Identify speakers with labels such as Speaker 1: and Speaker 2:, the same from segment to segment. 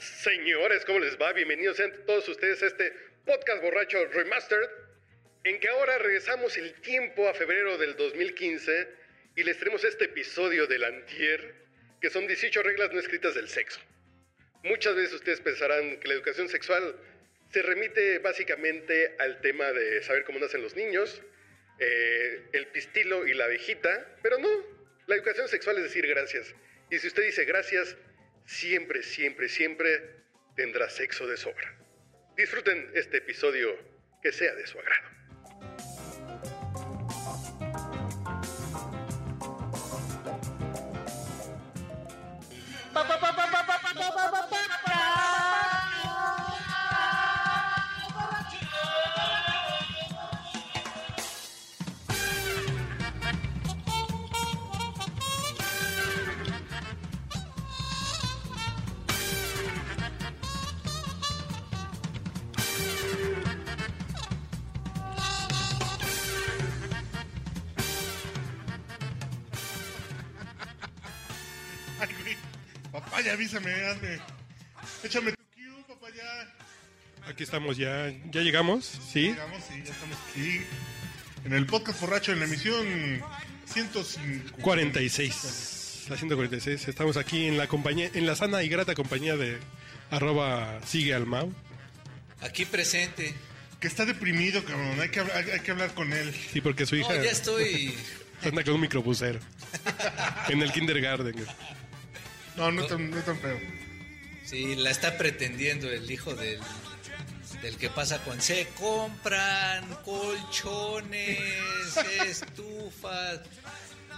Speaker 1: Señores, ¿cómo les va? Bienvenidos sean todos ustedes a este podcast borracho remastered, en que ahora regresamos el tiempo a febrero del 2015 y les traemos este episodio del Antier, que son 18 reglas no escritas del sexo. Muchas veces ustedes pensarán que la educación sexual se remite básicamente al tema de saber cómo nacen los niños, eh, el pistilo y la abejita, pero no, la educación sexual es decir gracias. Y si usted dice gracias, siempre, siempre, siempre tendrá sexo de sobra. Disfruten este episodio que sea de su agrado.
Speaker 2: Ay, güey. Papá, ya avísame, hazme. Échame tu cue, papá, ya.
Speaker 3: Aquí estamos ya, ya llegamos, ¿sí?
Speaker 2: Llegamos y ya estamos aquí. En el podcast borracho, en la emisión 150.
Speaker 3: 46. La 146. Estamos aquí en la compañía, en la sana y grata compañía de arroba sigue al Mau.
Speaker 4: Aquí presente.
Speaker 2: Que está deprimido, cabrón. Hay que, hablar- hay, hay que hablar con él.
Speaker 3: Sí, porque su
Speaker 4: No,
Speaker 3: hija
Speaker 4: Oh, ya estoy.
Speaker 3: anda con un microbusero. en el kindergarten.
Speaker 2: No, no es tan, no es tan feo.
Speaker 4: Sí, la está pretendiendo el hijo del, del que pasa con. Se compran colchones, estufas.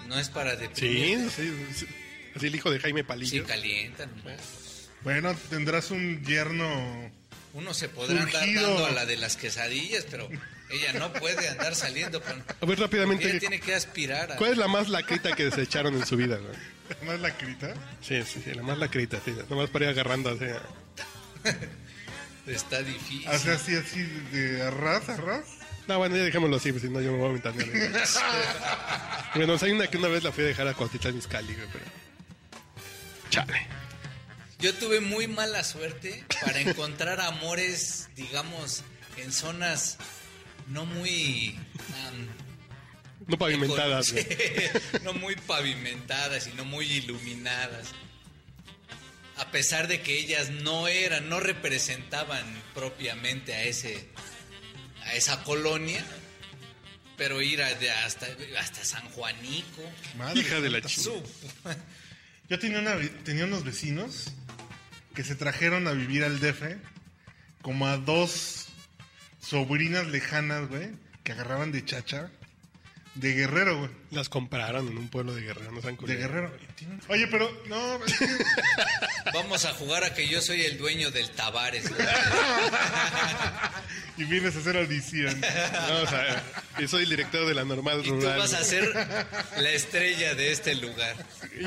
Speaker 4: No es para
Speaker 3: Sí,
Speaker 4: deprimir.
Speaker 3: sí, sí. Así el hijo de Jaime
Speaker 4: Sí,
Speaker 3: Palillo.
Speaker 4: calientan. ¿no?
Speaker 2: Bueno, tendrás un yerno.
Speaker 4: Uno se podrá andar
Speaker 2: Urgido.
Speaker 4: dando a la de las quesadillas, pero ella no puede andar saliendo con.
Speaker 3: A ver,
Speaker 4: Ella
Speaker 3: rápidamente,
Speaker 4: tiene que aspirar a.
Speaker 3: ¿cuál es la más lacrita que se echaron en su vida? güey?
Speaker 2: Más la crita.
Speaker 3: Sí, sí, sí, la más lacrita, sí. Nomás para ir agarrando así.
Speaker 4: Está difícil.
Speaker 2: Hace así, así, de arras, arras.
Speaker 3: No, bueno, ya dejémoslo así, pues, si no yo me voy a aventar. bueno, hay una que una vez la fui a dejar a Cuautitlán Izcalli, güey, pero... Chale.
Speaker 4: Yo tuve muy mala suerte para encontrar amores, digamos, en zonas no muy am,
Speaker 3: No pavimentadas,
Speaker 4: econ-
Speaker 3: güey.
Speaker 4: no muy pavimentadas y no muy iluminadas. A pesar de que ellas no eran, no representaban propiamente a ese a esa colonia, pero ir a- de hasta hasta San Juanico.
Speaker 2: Madre
Speaker 3: Hija de la
Speaker 2: santa.
Speaker 3: chingada.
Speaker 4: su-
Speaker 2: Yo tenía, una, vi- tenía unos vecinos que se trajeron a vivir al DF como a dos sobrinas lejanas, güey, que agarraban de chacha. De guerrero, güey.
Speaker 3: Las compraron en un pueblo de Guerrero, no sean
Speaker 2: De
Speaker 3: culeros.
Speaker 2: guerrero. Oye, pero no, es que
Speaker 4: Vamos a jugar a que yo soy el dueño del Tabares. güey.
Speaker 2: y vienes a hacer audición.
Speaker 3: No, o sea, yo soy el director de la normal
Speaker 4: Y tú
Speaker 3: rural.
Speaker 4: vas a
Speaker 3: güey.
Speaker 4: ser la estrella de este lugar.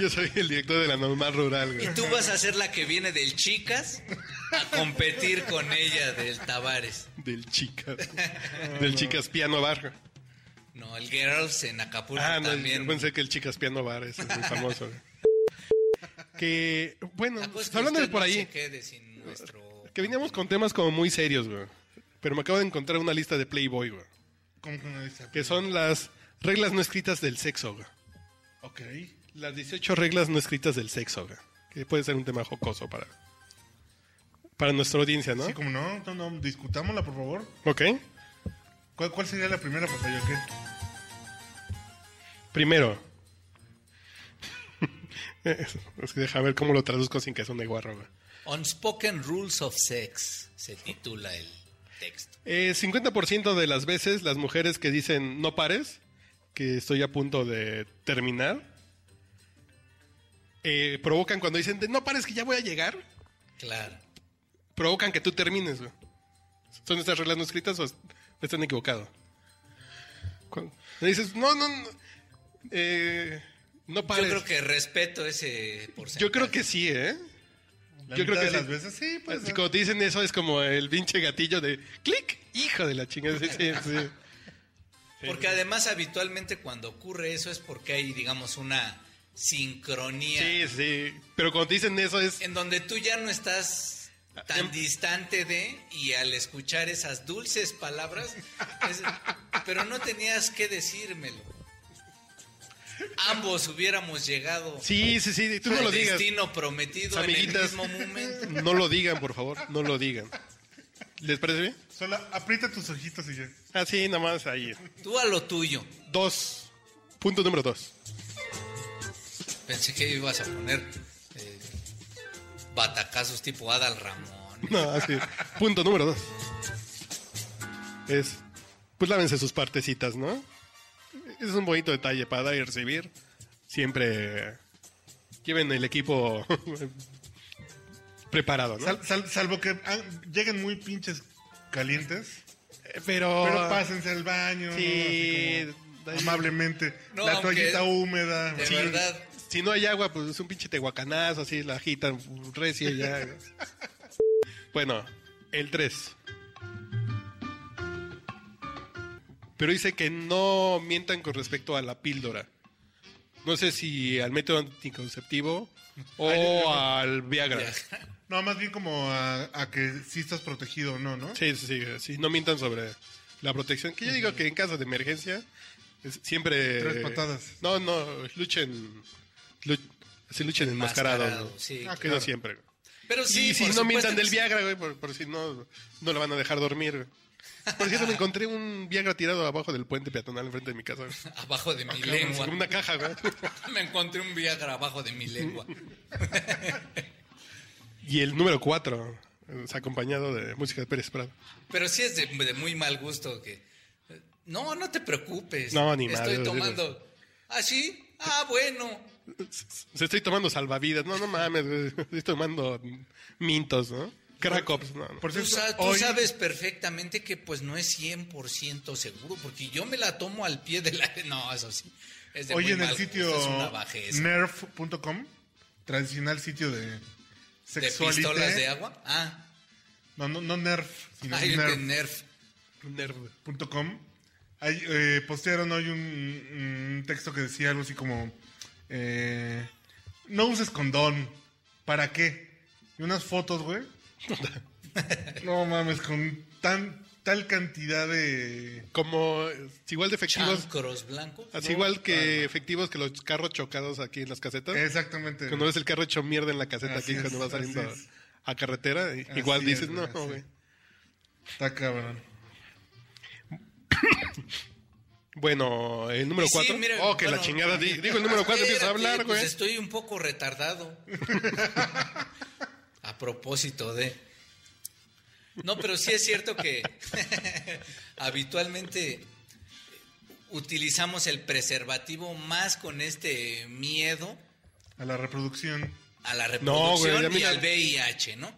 Speaker 3: Yo soy el director de la normal rural,
Speaker 4: Y
Speaker 3: güey.
Speaker 4: tú vas a ser la que viene del Chicas a competir con ella del Tavares.
Speaker 3: Del chicas. del chicas piano bar.
Speaker 4: No, el Girls en Acapulco
Speaker 3: Ah, no,
Speaker 4: también.
Speaker 3: yo pensé que el chicas piano bar ese es muy famoso. güey. que, bueno,
Speaker 4: La cosa es que
Speaker 3: hablando de
Speaker 4: usted
Speaker 3: por
Speaker 4: no
Speaker 3: ahí.
Speaker 4: se quede sin nuestro-
Speaker 3: Que veníamos con temas como muy serios, güey. Pero me acabo de encontrar una lista de Playboy, güey.
Speaker 2: ¿Cómo que no dice?
Speaker 3: Que son las reglas no escritas del sexo, güey.
Speaker 2: Ok.
Speaker 3: Las 18 reglas no escritas del sexo, güey. Que puede ser un tema jocoso para, para nuestra audiencia, ¿no?
Speaker 2: Sí, como no, no, no, discutámosla, por favor.
Speaker 3: Ok.
Speaker 2: ¿Cuál, cuál sería la primera, papá? ¿Yo qué?
Speaker 3: Primero. es es que deja ver cómo lo traduzco sin que suene guarro, güey.
Speaker 4: Unspoken Rules of Sex se titula el texto.
Speaker 3: Eh, 50% de las veces las mujeres que dicen no pares, que estoy a punto de terminar, eh, provocan cuando dicen de, no pares que ya voy a llegar,
Speaker 4: Claro.
Speaker 3: provocan que tú termines. güey. ¿Son estas reglas no escritas o es- están equivocados? Cuando dices, no, no, no, eh, no
Speaker 4: Yo
Speaker 3: pares.
Speaker 4: creo que respeto ese porcentaje.
Speaker 3: que sí, ¿eh?
Speaker 2: La
Speaker 3: Yo creo
Speaker 2: mitad
Speaker 3: que
Speaker 2: de
Speaker 3: sí. Eh,
Speaker 2: las veces sí, pues.
Speaker 3: Así como te dicen eso es como el pinche gatillo de clic, hijo de la chingada. Sí, sí, sí.
Speaker 4: Porque además habitualmente cuando ocurre eso es porque hay, digamos, una sincronía
Speaker 3: Sí, sí. Pero cuando te dicen eso es.
Speaker 4: en donde tú ya no estás
Speaker 3: Ah, em-
Speaker 4: tan distante de y al escuchar esas dulces palabras, es- pero no tenías que decírmelo. Ambos hubiéramos llegado
Speaker 3: Sí, sí, sí. Tú no
Speaker 4: al
Speaker 3: lo digas.
Speaker 4: destino prometido
Speaker 3: Amiguitas.
Speaker 4: en el mismo momento.
Speaker 3: No lo digan, por favor. No lo digan. ¿Les parece bien?
Speaker 2: Solo aprieta tus ojitos y ya.
Speaker 3: Así, nada más ahí.
Speaker 4: Tú a lo tuyo.
Speaker 3: Dos. Punto número dos.
Speaker 4: Pensé que ibas a poner eh, batacazos tipo Adal Ramón.
Speaker 3: No, así. Punto número dos. Es. Pues lávense sus partecitas, ¿no? Es un bonito detalle para dar y recibir. Siempre. eh, Lleven el equipo preparado, ¿no?
Speaker 2: Sal- sal- salvo que ah, lleguen muy pinches calientes.
Speaker 3: pero.
Speaker 4: Oh.
Speaker 2: Pero pásense al baño.
Speaker 3: Sí,
Speaker 2: ¿no? Así como
Speaker 3: ahí-
Speaker 2: amablemente.
Speaker 4: No,
Speaker 2: la toallita
Speaker 4: aunque-
Speaker 2: húmeda.
Speaker 4: De
Speaker 2: Sí.
Speaker 4: verdad,
Speaker 3: Si no hay agua, pues es un pinche tehuacanazo, así la agitan recia y ya. bueno, el 3. Pero dice que no mientan con respecto a la píldora. No sé si al método anticonceptivo o al Viagra.
Speaker 2: No, más bien como a, a que sí estás protegido o no, ¿no?
Speaker 3: Sí, sí, sí, sí, No mientan sobre la protección. Que yo digo que en caso de emergencia, es- siempre.
Speaker 2: Tres patadas.
Speaker 3: No, no, luchen. luch- sí, luchen enmascarados.
Speaker 4: Enmascarado,
Speaker 3: ¿no?
Speaker 4: sí,
Speaker 3: Ah, que
Speaker 2: claro.
Speaker 3: no siempre. güey.
Speaker 4: Pero sí,
Speaker 3: y si
Speaker 4: por
Speaker 3: no
Speaker 4: supuesto
Speaker 3: mientan
Speaker 4: que
Speaker 3: del
Speaker 4: sí.
Speaker 3: Viagra, güey, por, por si no, no lo van a dejar dormir. güey. Por cierto, me encontré un Viagra tirado abajo del puente peatonal enfrente de mi casa. güey.
Speaker 4: Abajo de mi
Speaker 3: Como
Speaker 4: lengua.
Speaker 3: Una caja, güey.
Speaker 4: Me encontré un Viagra abajo de mi lengua.
Speaker 3: Y el número 4, acompañado de música de Pérez Prado.
Speaker 4: Pero sí es de, de muy mal gusto que... eh, No, no te preocupes.
Speaker 3: No, ni
Speaker 4: Estoy
Speaker 3: madre,
Speaker 4: tomando... ¿Ah, sí? Ah, bueno.
Speaker 3: Se estoy tomando salvavidas. No, no mames, güey. Estoy tomando mintos, ¿no? Cracops, no, no.
Speaker 2: Por
Speaker 4: Tú,
Speaker 2: cierto,
Speaker 4: sa- tú
Speaker 2: hoy-
Speaker 4: sabes perfectamente que pues no es 100% seguro, porque yo me la tomo al pie de la... No, eso sí. Es de
Speaker 2: Hoy
Speaker 4: muy
Speaker 2: en el
Speaker 4: mal gusto,
Speaker 2: sitio
Speaker 4: es una bajeza.
Speaker 2: nerf.com, tradicional sitio de
Speaker 4: ¿De pistolas de
Speaker 2: sexualidad.
Speaker 4: agua? Ah,
Speaker 2: No, no, no nerf, sino
Speaker 4: hay un
Speaker 2: nerf.com.
Speaker 4: nerf.
Speaker 3: Nerd.
Speaker 2: Ahí, eh, postearon hoy un, un texto que decía algo así como, eh, no uses condón, ¿para qué? Y unas fotos, güey. no mames, con tan tal cantidad de...
Speaker 3: Como eh, igual de efectivos,
Speaker 4: Chancros blancos.
Speaker 3: así igual que efectivos que los carros chocados aquí en las casetas.
Speaker 2: Exactamente.
Speaker 3: Cuando ves el carro hecho mierda en la caseta
Speaker 2: Así
Speaker 3: aquí
Speaker 2: es,
Speaker 3: cuando vas
Speaker 2: así
Speaker 3: saliendo
Speaker 2: es.
Speaker 3: a carretera, i-
Speaker 2: Así
Speaker 3: igual
Speaker 2: es,
Speaker 3: dices,
Speaker 2: güey,
Speaker 3: no,
Speaker 2: así
Speaker 3: güey.
Speaker 2: es. Está cabrón.
Speaker 3: Bueno, el número
Speaker 4: Y sí,
Speaker 3: 4.
Speaker 4: mira,
Speaker 3: oh, que la
Speaker 4: bueno,
Speaker 3: chingada. di- Digo, el número 4 empieza a
Speaker 4: Espérate,
Speaker 3: hablar, güey.
Speaker 4: Pues estoy un poco retardado. a propósito de. No, pero sí es cierto que habitualmente utilizamos el preservativo más con este miedo
Speaker 2: A la reproducción.
Speaker 4: a la
Speaker 3: No, güey,
Speaker 4: reproducción
Speaker 3: ya
Speaker 4: y
Speaker 3: mira-
Speaker 4: al VIH, ¿no?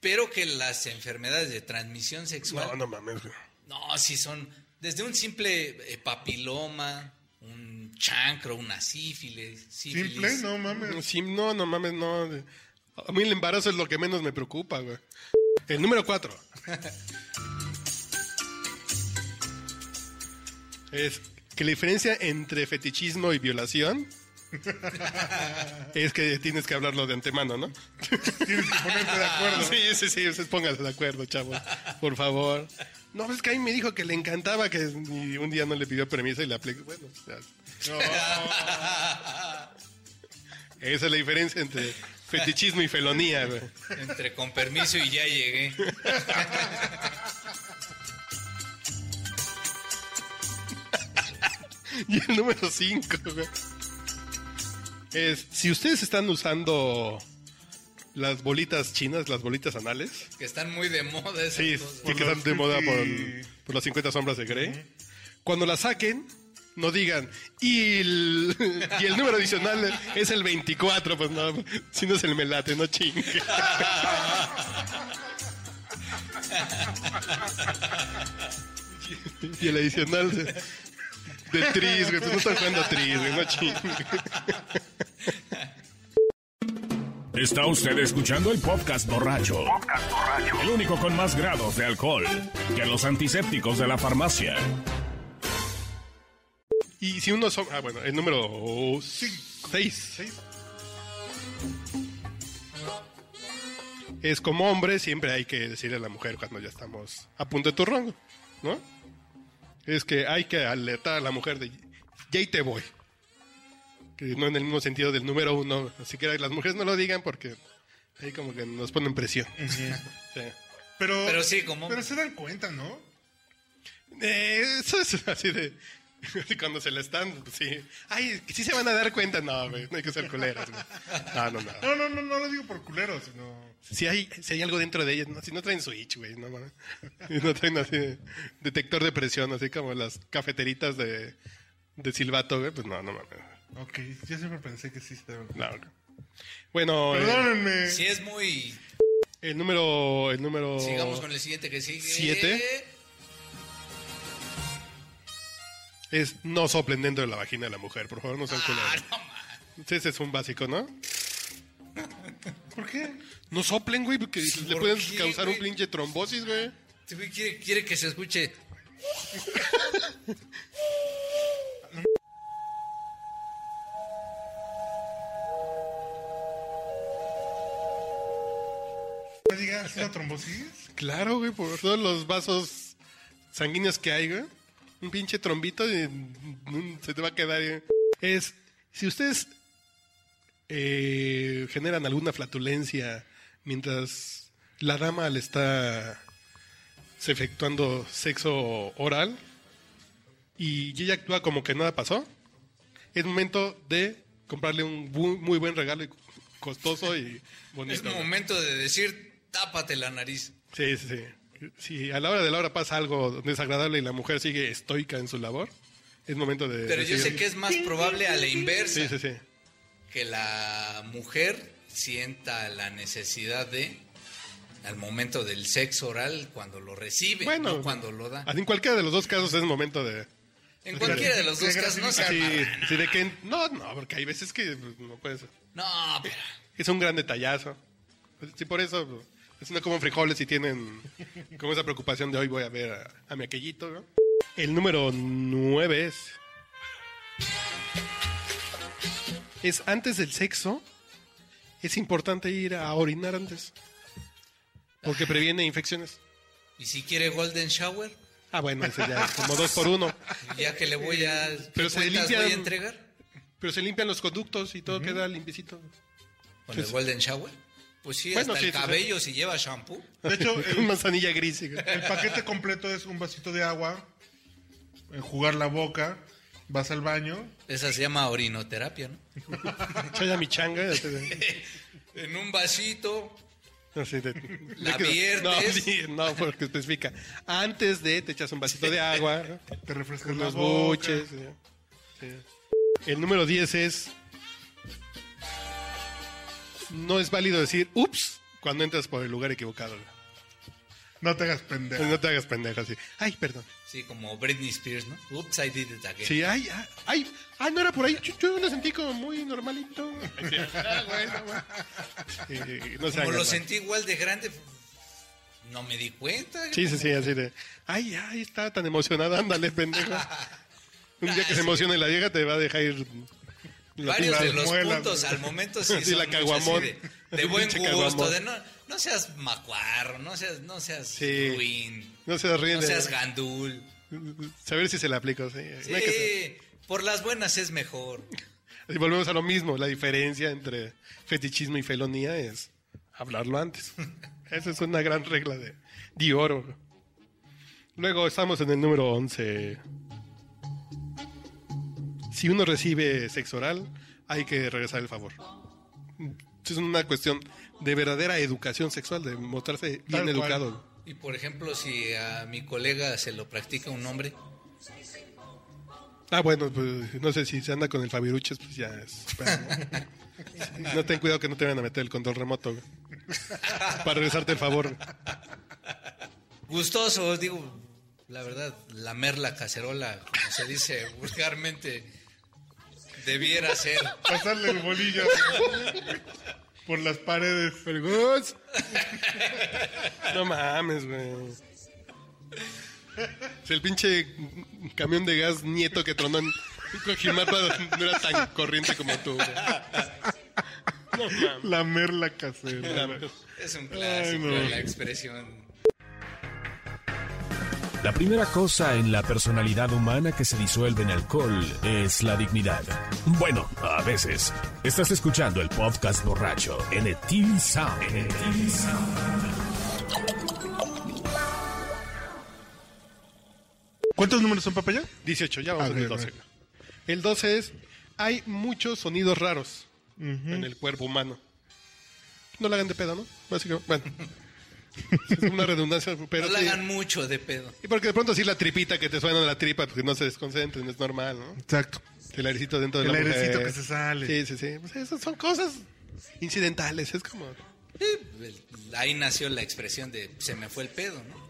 Speaker 4: Pero que las enfermedades de transmisión
Speaker 2: pues,
Speaker 4: sexual
Speaker 3: No, no mames, güey.
Speaker 4: no, si son desde un simple eh, papiloma, un chancro, una sífilis. sífilis.
Speaker 2: Simple, no
Speaker 3: No,
Speaker 2: mames.
Speaker 3: sí, no, no mames, no. A mí el embarazo es lo que menos me preocupa, güey. El número 4. es que la diferencia entre fetichismo y violación es que tienes que hablarlo de antemano, ¿no?
Speaker 2: Tienes que ponerte de acuerdo.
Speaker 3: Sí, sí, sí, ustedes pónganse de acuerdo, chavos, por favor. No, es que a mí me dijo que le encantaba que ni un día no le pidió permiso y le aplicó. Bueno, o sea, esa es la diferencia entre fetichismo y felonía, güey.
Speaker 4: Entre con permiso y ya llegué.
Speaker 3: Y el número 5, Es, si ustedes están usando las bolitas chinas, las bolitas anales,
Speaker 4: Que están muy de moda esas
Speaker 3: sí,
Speaker 4: cosas.
Speaker 3: sí que
Speaker 2: los
Speaker 3: están de moda por,
Speaker 2: 50.
Speaker 3: por las 50 sombras de Grey, cuando las saquen, no digan, y el, y el número adicional es el 24, pues no, si no es el melate, no chingue. Y el adicional de, de tris, güey, pues no están jugando a tris, güey, no chingue.
Speaker 5: Está usted escuchando el podcast borracho. El único con más grados de alcohol que los antisépticos de la farmacia.
Speaker 3: Y si uno son. Ah, bueno, el número 6.
Speaker 2: ¿Sí?
Speaker 3: es como hombre, siempre hay que decirle a la mujer cuando ya estamos a punto de turrón, ¿no? Es que hay que alertar a la mujer de, ya ahí te voy. Que no en el mismo sentido del número uno. Así que las mujeres no lo digan porque ahí como que nos ponen presión. Sí.
Speaker 2: Pero,
Speaker 4: Pero sí, como-
Speaker 2: Pero se dan cuenta, ¿no?
Speaker 3: Eh, eso es así de... Cuando se le están, pues, sí. Ay, sí se van a dar cuenta. No, güey, no hay que ser culeras, güey. No, no, no.
Speaker 2: No, no, no, no lo digo por culero, sino.
Speaker 3: Si hay, si hay algo dentro de ellas, no, si no traen switch, güey, no mames. Y no traen así de- detector de presión, así como las cafeteritas de, de silbato, güey, pues no, no mames.
Speaker 2: Ok, yo siempre pensé que sí se daban cuenta.
Speaker 3: No, güey. Bueno, eh,
Speaker 2: Perdónenme.
Speaker 4: Si es muy.
Speaker 3: el número, el número
Speaker 4: Sigamos con el siguiente que sigue.
Speaker 3: ¿Siete? es no soplen dentro de la vagina de la mujer, por favor, no sean
Speaker 4: Ah,
Speaker 3: culeros.
Speaker 4: no mames.
Speaker 3: Ese es un básico, ¿no?
Speaker 2: ¿Por qué?
Speaker 3: No soplen, güey, porque le
Speaker 4: ¿Por
Speaker 3: pueden
Speaker 4: qué,
Speaker 3: causar un
Speaker 4: güey?
Speaker 3: pinche trombosis, güey.
Speaker 4: Este güey Quiere, quiere que se escuche.
Speaker 2: ¿Me digas una trombosis?
Speaker 3: Claro, güey, por todos los vasos sanguíneos que hay, güey. Un pinche trombito y, mm, se te va a quedar. eh. Es, si ustedes eh, generan alguna flatulencia mientras la dama le está se efectuando sexo oral y ella actúa como que nada pasó, es momento de comprarle un bu- muy buen regalo y costoso y bonito.
Speaker 4: Es
Speaker 3: güey.
Speaker 4: momento de decir, tápate la nariz.
Speaker 3: Sí, sí, sí. Si a la hora de la hora pasa algo desagradable y la mujer sigue estoica en su labor, es momento de.
Speaker 4: Pero yo
Speaker 3: decir-
Speaker 4: sé que es más probable a la inversa.
Speaker 3: Sí, sí, sí.
Speaker 4: que la mujer sienta la necesidad de al momento del sexo oral cuando lo recibe,
Speaker 3: Bueno,
Speaker 4: no cuando lo da.
Speaker 3: Así Ah, en cualquiera de los dos casos es momento de.
Speaker 4: En cualquiera de los dos casos no se
Speaker 3: Así,
Speaker 4: arma.
Speaker 3: así de que. No, no, porque hay veces que pues, no puedes.
Speaker 4: No, pero
Speaker 3: Es un gran detallazo. Pues, Sí, por eso. pues, así no comen frijoles y tienen como esa preocupación de hoy voy a ver a, a mi aquellito, ¿no? El número 9 es. Es antes del sexo. Es importante ir a orinar antes. Porque previene infecciones.
Speaker 4: y si quiere golden shower,
Speaker 3: Ah, bueno, ese ya es como dos por uno.
Speaker 4: ya que le voy a
Speaker 3: Pero se
Speaker 4: ¿cuántas
Speaker 3: limpia-
Speaker 4: voy a entregar
Speaker 3: Pero se limpian los conductos y todo queda limpiecito.
Speaker 4: con el golden shower. Pues sí,
Speaker 3: Bueno,
Speaker 4: hasta
Speaker 3: sí,
Speaker 4: el
Speaker 3: sí, sí.
Speaker 4: cabello si lleva shampoo.
Speaker 2: De hecho,
Speaker 3: Con
Speaker 2: el,
Speaker 3: manzanilla gris. y-
Speaker 2: el paquete completo es un vasito de agua, eh, jugar la boca, vas al baño.
Speaker 4: Esa se llama orinoterapia, ¿no?
Speaker 3: Chaya mi changa. así de-
Speaker 4: En un vasito,
Speaker 3: Así de-
Speaker 4: La
Speaker 3: de que- No,
Speaker 4: viernes.
Speaker 3: sí, no, porque especifica. Antes de te echas un vasito de agua, ¿no?
Speaker 2: Te refrescas
Speaker 3: con
Speaker 2: la
Speaker 3: los
Speaker 2: boca.
Speaker 3: buches. ¿sí? Sí. El número 10 es. No es válido decir ups cuando entras por el lugar equivocado. güey.
Speaker 2: No te hagas pendejo.
Speaker 3: No te hagas pendejo así. Ay, perdón.
Speaker 4: sí, como Britney Spears, ¿no? Oops, I did it again.
Speaker 3: Sí, ay, ay, ay, ay, no era por ahí. Yo, yo lo sentí como muy normalito. Ay, sí. Ah, bueno, bueno. Sí, no se
Speaker 4: como
Speaker 3: hagan,
Speaker 4: lo
Speaker 3: ¿no?
Speaker 4: sentí igual de grande, pues, no me di cuenta.
Speaker 3: Sí, sí, sí, así de. Ay, ay, está tan emocionada, ándale, pendejo. Un día que se emocione la vieja te va a dejar ir. la
Speaker 4: Varios
Speaker 3: pinche
Speaker 4: de los
Speaker 3: muela.
Speaker 4: puntos al momento sí
Speaker 3: Sí,
Speaker 4: son
Speaker 3: la
Speaker 4: mucho así
Speaker 3: caguamón.
Speaker 4: de, de
Speaker 3: El
Speaker 4: buen
Speaker 3: pinche
Speaker 4: gusto,
Speaker 3: caguamón.
Speaker 4: de no, no seas macuarro, no seas, no seas
Speaker 3: Sí.
Speaker 4: ruin,
Speaker 3: No se ríen.
Speaker 4: no
Speaker 3: de-
Speaker 4: seas gandul.
Speaker 3: Saber si se la aplico, sí.
Speaker 4: Sí,
Speaker 3: No hay que ser-
Speaker 4: por las buenas es mejor.
Speaker 3: Y volvemos a lo mismo. La diferencia entre fetichismo y felonía es hablarlo antes. Esa es una gran regla de, de oro. Luego estamos en el número 11. Si uno recibe sexo oral, hay que regresar el favor. Es una cuestión de verdadera educación sexual, de mostrarse
Speaker 2: Tal
Speaker 3: bien
Speaker 2: cual.
Speaker 3: educado.
Speaker 4: Y por ejemplo, si a mi colega se lo practica un hombre,
Speaker 3: Ah, bueno, pues no sé si se anda con el Fabiruches, pues ya es. pedo, ¿no? Sí, no ten cuidado que no te vayan a meter el control remoto. güey. Para regresarte el favor.
Speaker 4: gustoso, digo, la verdad, lamer la cacerola, como se dice vulgarmente, debiera ser.
Speaker 2: Pasarle el bolillo por las paredes.
Speaker 3: Fergus. No mames, güey. Si el pinche camión de gas nieto que tronó en Cojimalpa no era tan corriente como tú. güey. No mames.
Speaker 2: La merla casera. güey.
Speaker 4: Es un clásico,
Speaker 2: no.
Speaker 4: la expresión.
Speaker 5: La primera cosa en la personalidad humana que se disuelve en alcohol es la dignidad. Bueno, a veces. Estás escuchando el podcast borracho en el TV Sound.
Speaker 2: ¿Cuántos números son, papaya?
Speaker 3: 18, ya vamos
Speaker 2: A
Speaker 3: en
Speaker 2: ver,
Speaker 3: el 12.
Speaker 2: a ver.
Speaker 3: El 12 es, hay muchos sonidos raros en el cuerpo humano. No la hagan de pedo, ¿no? Básicamente, bueno. es una redundancia, pero...
Speaker 4: no la
Speaker 3: sí.
Speaker 4: hagan mucho de pedo.
Speaker 3: Y porque de pronto sí la tripita que te suena la tripa, porque no se desconcentren, es normal, ¿no?
Speaker 2: Exacto.
Speaker 3: El airecito dentro de
Speaker 2: El
Speaker 3: la
Speaker 2: airecito
Speaker 3: mujer.
Speaker 2: que se sale.
Speaker 3: Sí, sí, sí. Pues esas son cosas incidentales, es como...
Speaker 4: Eh, el- Ahí nació la expresión de se me fue el pedo, ¿no?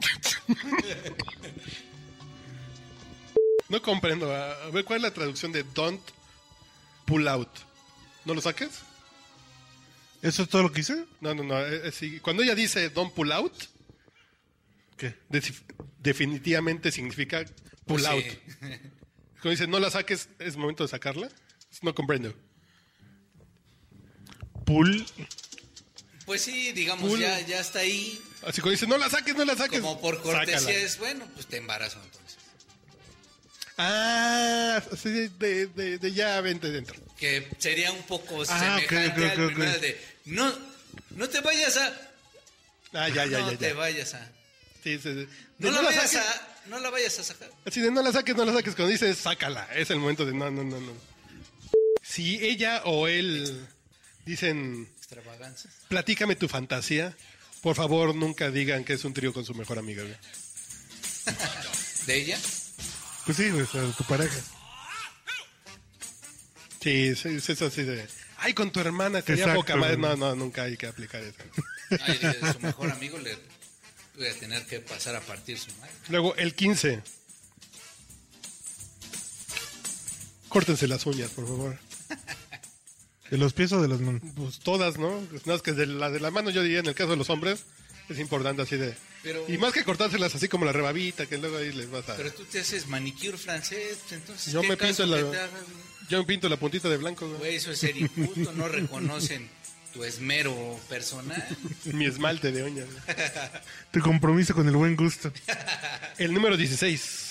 Speaker 3: No comprendo. A a ver, ¿cuál es la traducción de don't pull out? ¿No lo saques?
Speaker 2: ¿Eso es todo lo que hice?
Speaker 3: No, no, no. eh, eh, sí. Cuando ella dice don't pull out,
Speaker 2: ¿Qué?
Speaker 3: desif- definitivamente significa pull
Speaker 4: Pues
Speaker 3: out.
Speaker 4: sí.
Speaker 3: Cuando dice no la saques, es momento de sacarla. No comprendo.
Speaker 2: Pull.
Speaker 4: Pues sí, digamos,
Speaker 3: Pull.
Speaker 4: ya, ya está ahí.
Speaker 3: Así cuando dice no la saques, no la saques.
Speaker 4: Como por cortesía
Speaker 3: sácala.
Speaker 4: es, bueno, pues te embarazo entonces.
Speaker 3: Ah, así de, de, de- de ya vente dentro.
Speaker 4: Que sería un poco
Speaker 2: Ah, ok,
Speaker 4: semejante
Speaker 2: ok, ok,
Speaker 4: al
Speaker 2: ok.
Speaker 4: primero de no, no te vayas a.
Speaker 3: Ah, ya, ya,
Speaker 4: no
Speaker 3: ya.
Speaker 4: te
Speaker 3: ya.
Speaker 4: vayas a.
Speaker 3: Sí, sí, sí.
Speaker 4: No,
Speaker 3: De
Speaker 4: la vayas
Speaker 3: saques.
Speaker 4: a. No la vayas a sacar.
Speaker 3: Así de no la saques, no la saques. Cuando dices sácala, es el momento de no, no, no, no. Si ella o él dicen
Speaker 4: Extravagancia.
Speaker 3: platícame tu fantasía, por favor nunca digan que es un trío con su mejor amiga. güey.
Speaker 4: ¿De ella?
Speaker 2: Pues sí, güey, o sea, tu pareja.
Speaker 3: Sí, es, es eso así de. Ay, con tu hermana, tenía
Speaker 2: Exacto,
Speaker 3: poca madre.
Speaker 2: güey.
Speaker 3: No, no, nunca hay que aplicar eso.
Speaker 4: Ay, de su mejor amigo le voy a tener que pasar a partir su madre.
Speaker 3: Luego, el 15. Córtense las uñas, por favor.
Speaker 2: ¿De los pies o de las manos?
Speaker 3: Pues todas, ¿no? Pues nada, es que de la de la mano, yo diría, en el caso de los hombres, es importante así de.
Speaker 4: Pero-
Speaker 3: Y más que cortárselas así como la rebabita, que luego ahí les vas a.
Speaker 4: Pero tú te haces manicure francés, pues, entonces.
Speaker 3: Yo
Speaker 4: ¿qué
Speaker 3: me
Speaker 4: caso
Speaker 3: pinto la-
Speaker 4: que te hagas, güey?
Speaker 3: Yo me pinto la puntita de blanco, güey.
Speaker 4: Güey, eso es ser injusto, no reconocen tu esmero personal.
Speaker 3: Mi esmalte de uñas. güey.
Speaker 2: Tu compromiso con el buen gusto.
Speaker 3: El número 16.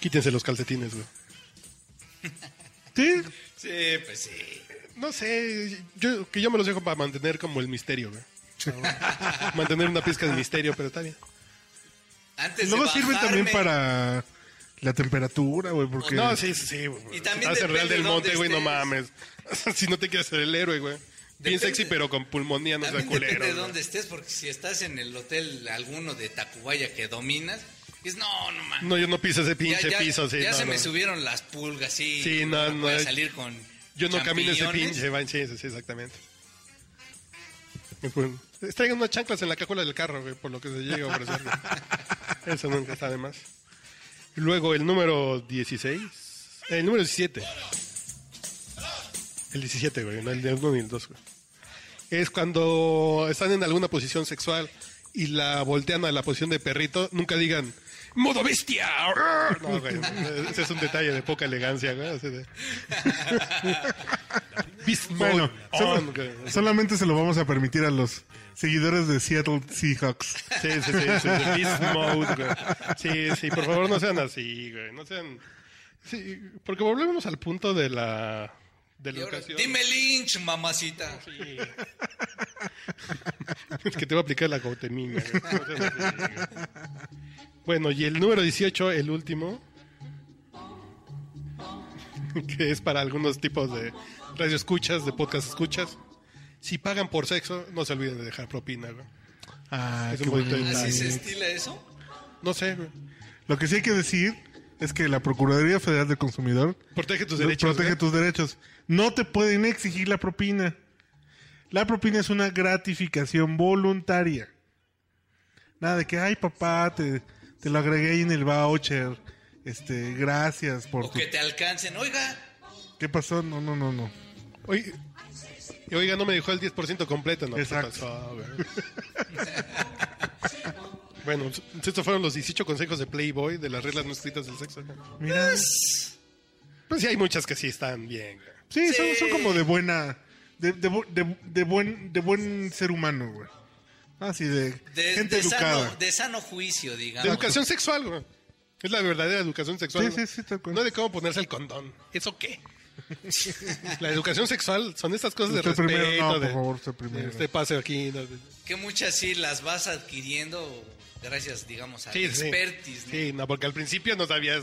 Speaker 3: Quítense los calcetines, güey.
Speaker 2: ¿Sí?
Speaker 4: Sí, pues sí.
Speaker 3: No sé, yo, que yo me los dejo para mantener como el misterio, güey. Ah, mantener una pizca de misterio, pero está bien.
Speaker 4: Antes
Speaker 2: Luego
Speaker 4: de
Speaker 2: sirven
Speaker 4: bajarme-
Speaker 2: también para la temperatura, güey, porque...
Speaker 3: No, sí, sí, sí. güey.
Speaker 4: Y también
Speaker 3: Si estás en
Speaker 4: depende
Speaker 3: Real del
Speaker 4: dónde
Speaker 3: Monte, güey, no
Speaker 4: estés.
Speaker 3: mames. si no te quieres ser el héroe, güey. Bien
Speaker 4: Depende.
Speaker 3: sexy, pero con pulmonía no sea
Speaker 4: También
Speaker 3: culero.
Speaker 4: depende de
Speaker 3: güey.
Speaker 4: dónde estés, porque si estás en el hotel alguno de Tacubaya que dominas, dices, no, no mames.
Speaker 3: No, yo no piso ese
Speaker 4: Ya-
Speaker 3: pinche
Speaker 4: ya-
Speaker 3: piso, sí.
Speaker 4: ya
Speaker 3: no,
Speaker 4: se me
Speaker 3: no.
Speaker 4: subieron las pulgas, sí.
Speaker 3: Sí, no,
Speaker 4: voy a
Speaker 3: no,
Speaker 4: salir con
Speaker 3: Yo no camino ese
Speaker 4: champiñones.
Speaker 3: pinche van, sí, sí, sí, exactamente. Me ponen- Traigan unas chanclas en la cajuela del carro, güey, por lo que se llega a ofrecer. güey. Eso nunca está de más. Y Luego el número 16. eh, El número 17. El 17, güey, no el de uno ni el 2, güey. Es cuando están en alguna posición sexual y la voltean a la posición de perrito, nunca digan ¡Modo bestia! No, güey, ese es un detalle de poca elegancia, güey. así de- Beast
Speaker 2: Bueno,
Speaker 3: mode
Speaker 2: solo-
Speaker 3: on, güey.
Speaker 2: solamente se lo vamos a permitir a los seguidores de Seattle Seahawks.
Speaker 3: Sí, sí, sí, sí, sí, beast mode, güey. Sí, sí, por favor, no sean así, güey. No sean. Sí, porque volvemos al punto de la. De
Speaker 4: Y
Speaker 3: la
Speaker 4: ahora,
Speaker 3: educación.
Speaker 4: Dime Lynch, mamacita.
Speaker 3: Sí. Es que te voy a aplicar la cautemina. güey. No sean así, güey. Bueno, y el número 18, el último. Que es para algunos tipos de radio escuchas, de podcast escuchas. Si pagan por sexo, no se olviden de dejar propina, güey.
Speaker 2: Ah,
Speaker 3: Es
Speaker 2: qué
Speaker 3: un bonito
Speaker 2: bonito.
Speaker 4: ¿Así
Speaker 3: detalle.
Speaker 4: se estila eso?
Speaker 3: No sé, güey.
Speaker 2: Lo que sí hay que decir es que la Procuraduría Federal del Consumidor
Speaker 3: Protege tus derechos.
Speaker 2: protege
Speaker 4: ¿eh?
Speaker 3: güey.
Speaker 2: tus derechos. No te pueden exigir la propina. La propina es una gratificación voluntaria. Nada de que, ay papá, te, te lo agregué ahí en el voucher. Este, gracias por
Speaker 4: O
Speaker 2: tu...
Speaker 4: que te alcancen, oiga,
Speaker 2: ¿Qué pasó? No, no, no, no.
Speaker 3: Oye, y oiga, no me dejó el 10% completo, ¿no?
Speaker 2: Exacto.
Speaker 3: ¿Qué pasó, güey? bueno, pues,
Speaker 4: Ah,
Speaker 3: estos fueron los 18 consejos de Playboy de las reglas no escritas del sexo.
Speaker 2: Mira. Pues,
Speaker 3: Pues sí, hay muchas que sí están bien. güey.
Speaker 2: Sí, Son,
Speaker 4: Sí.
Speaker 2: son como de buena. De, de bu- de- de buen, de buen ser humano, güey. Así de,
Speaker 4: De,
Speaker 2: gente
Speaker 4: de
Speaker 2: educada.
Speaker 4: Sano, de sano juicio,
Speaker 3: De
Speaker 4: digamos.
Speaker 3: educación sexual, güey. Es la verdadera educación sexual.
Speaker 2: Sí, sí,
Speaker 3: güey.
Speaker 2: sí, tal cual.
Speaker 3: No de cómo ponerse el condón. ¿Eso qué? la educación sexual son estas cosas de
Speaker 2: Usted
Speaker 3: respeto.
Speaker 2: primero, no, por
Speaker 3: de,
Speaker 2: favor, usted primero.
Speaker 3: Este paseo aquí. no, de-
Speaker 4: Que muchas sí las vas adquiriendo gracias, digamos, a
Speaker 3: Sí, sí.
Speaker 4: expertis. ¿no?
Speaker 3: Sí, no, porque al principio no sabías.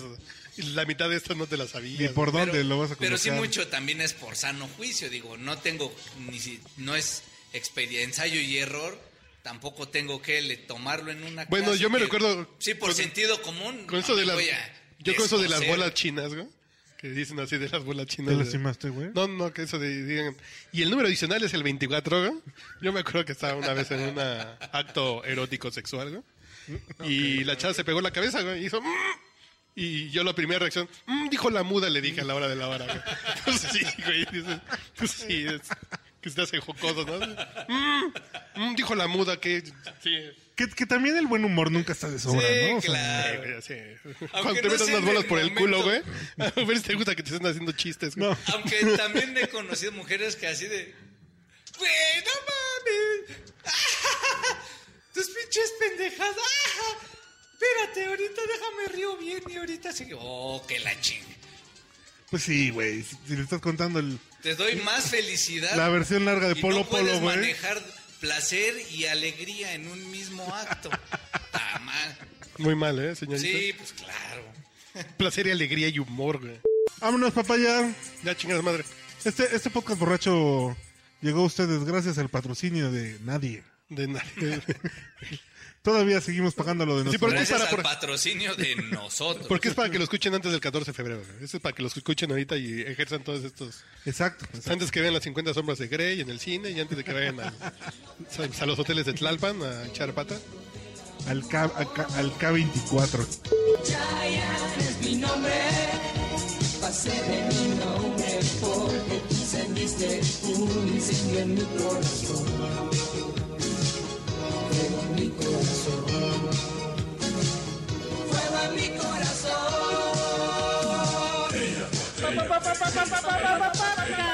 Speaker 3: La mitad de esto no te la
Speaker 2: ¿Y
Speaker 3: sabías.
Speaker 2: por
Speaker 4: Pero-
Speaker 2: dónde lo vas a
Speaker 4: Pero sí
Speaker 2: colocar?
Speaker 4: mucho también es por sano juicio, digo, no tengo, ni si, no es experiencia, ensayo y error, tampoco tengo que le- tomarlo en una
Speaker 3: Bueno,
Speaker 4: clase
Speaker 3: yo me
Speaker 4: que-
Speaker 3: recuerdo
Speaker 4: Sí, por
Speaker 3: con-
Speaker 4: sentido común.
Speaker 3: Con
Speaker 4: no
Speaker 3: eso de
Speaker 4: me
Speaker 3: las.
Speaker 4: voy a
Speaker 3: Yo con eso de las
Speaker 4: descoser.
Speaker 3: bolas chinas, güey. Que dicen así de las bolas chinas.
Speaker 2: ¿Te
Speaker 3: de-
Speaker 2: lastimaste, güey?
Speaker 3: No, no, que eso de, digan. Y el número adicional es el 24, güey. Yo me acuerdo que estaba una vez en un acto erótico sexual, güey. Y la chava se pegó la cabeza, güey. Y hizo. "Mm". Y yo la primera reacción, "Mm", dijo la muda, le dije a la hora de la hora, güey. Pues sí, güey. Dices, pues sí, es que estás en jocoso, ¿no? "Mm, mm", dijo la muda, que. Sí,
Speaker 2: Que, que también el buen humor nunca está de sobra,
Speaker 4: Sí,
Speaker 2: ¿no? O sea,
Speaker 3: sí,
Speaker 4: claro.
Speaker 3: güey, sí. Cuando te
Speaker 4: no sea
Speaker 3: metas unas
Speaker 4: en
Speaker 3: bolas
Speaker 4: el
Speaker 3: por el culo, güey.
Speaker 4: momento.
Speaker 3: A ver si te gusta que te estén haciendo chistes, güey.
Speaker 2: No.
Speaker 4: Aunque también he conocido mujeres que así de. ¡Güey, no mames! ¡Tus pinches pendejadas! ¡Ah! Espérate, ahorita déjame río bien y ahorita sí. ¡Oh, que la chinga!
Speaker 2: Pues sí, güey. Si, si le estás contando el-
Speaker 4: Te doy más felicidad.
Speaker 2: la versión larga de
Speaker 4: Ah, y
Speaker 2: Polo
Speaker 4: no
Speaker 2: Polo,
Speaker 4: puedes
Speaker 2: güey.
Speaker 4: manejar placer y alegría en un mismo acto. Está mal.
Speaker 3: Muy mal, ¿eh, señorita?
Speaker 4: Sí, pues claro.
Speaker 3: Placer y alegría y humor, güey.
Speaker 2: Vámonos, papaya.
Speaker 3: Ya chingas madre.
Speaker 2: Este, este podcast borracho llegó a ustedes gracias al patrocinio de nadie.
Speaker 3: De nada.
Speaker 2: Todavía seguimos pagando lo de
Speaker 3: Sí,
Speaker 2: nosotros.
Speaker 3: ¿por qué
Speaker 4: Gracias
Speaker 3: para-
Speaker 4: al
Speaker 3: por-
Speaker 4: patrocinio de nosotros.
Speaker 3: Porque es para que lo escuchen antes del 14 de febrero. güey. Eso es para que lo escuchen ahorita y ejerzan todos estos.
Speaker 2: Exacto. exacto.
Speaker 3: Antes que vean las 50 sombras de Grey en el cine y antes de que vayan al- a, los hoteles de Tlalpan a echar pata.
Speaker 2: Al, K, al K- al K24.
Speaker 6: Chayanne es mi nombre, pasé de mi nombre porque tú sentiste un incendio en mi corazón, fuego en mi corazón, fuego en mi corazón. Pa, pa, pa, pa, pa, pa, pa, pa, pa, pa, pa.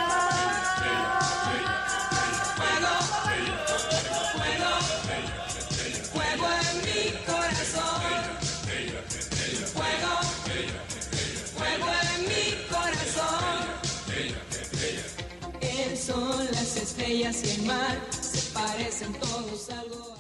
Speaker 6: Fuego, fuego, fuego en mi corazón. Fuego, fuego en mi corazón. El sol, las estrellas y el mar se parecen todos algo. a-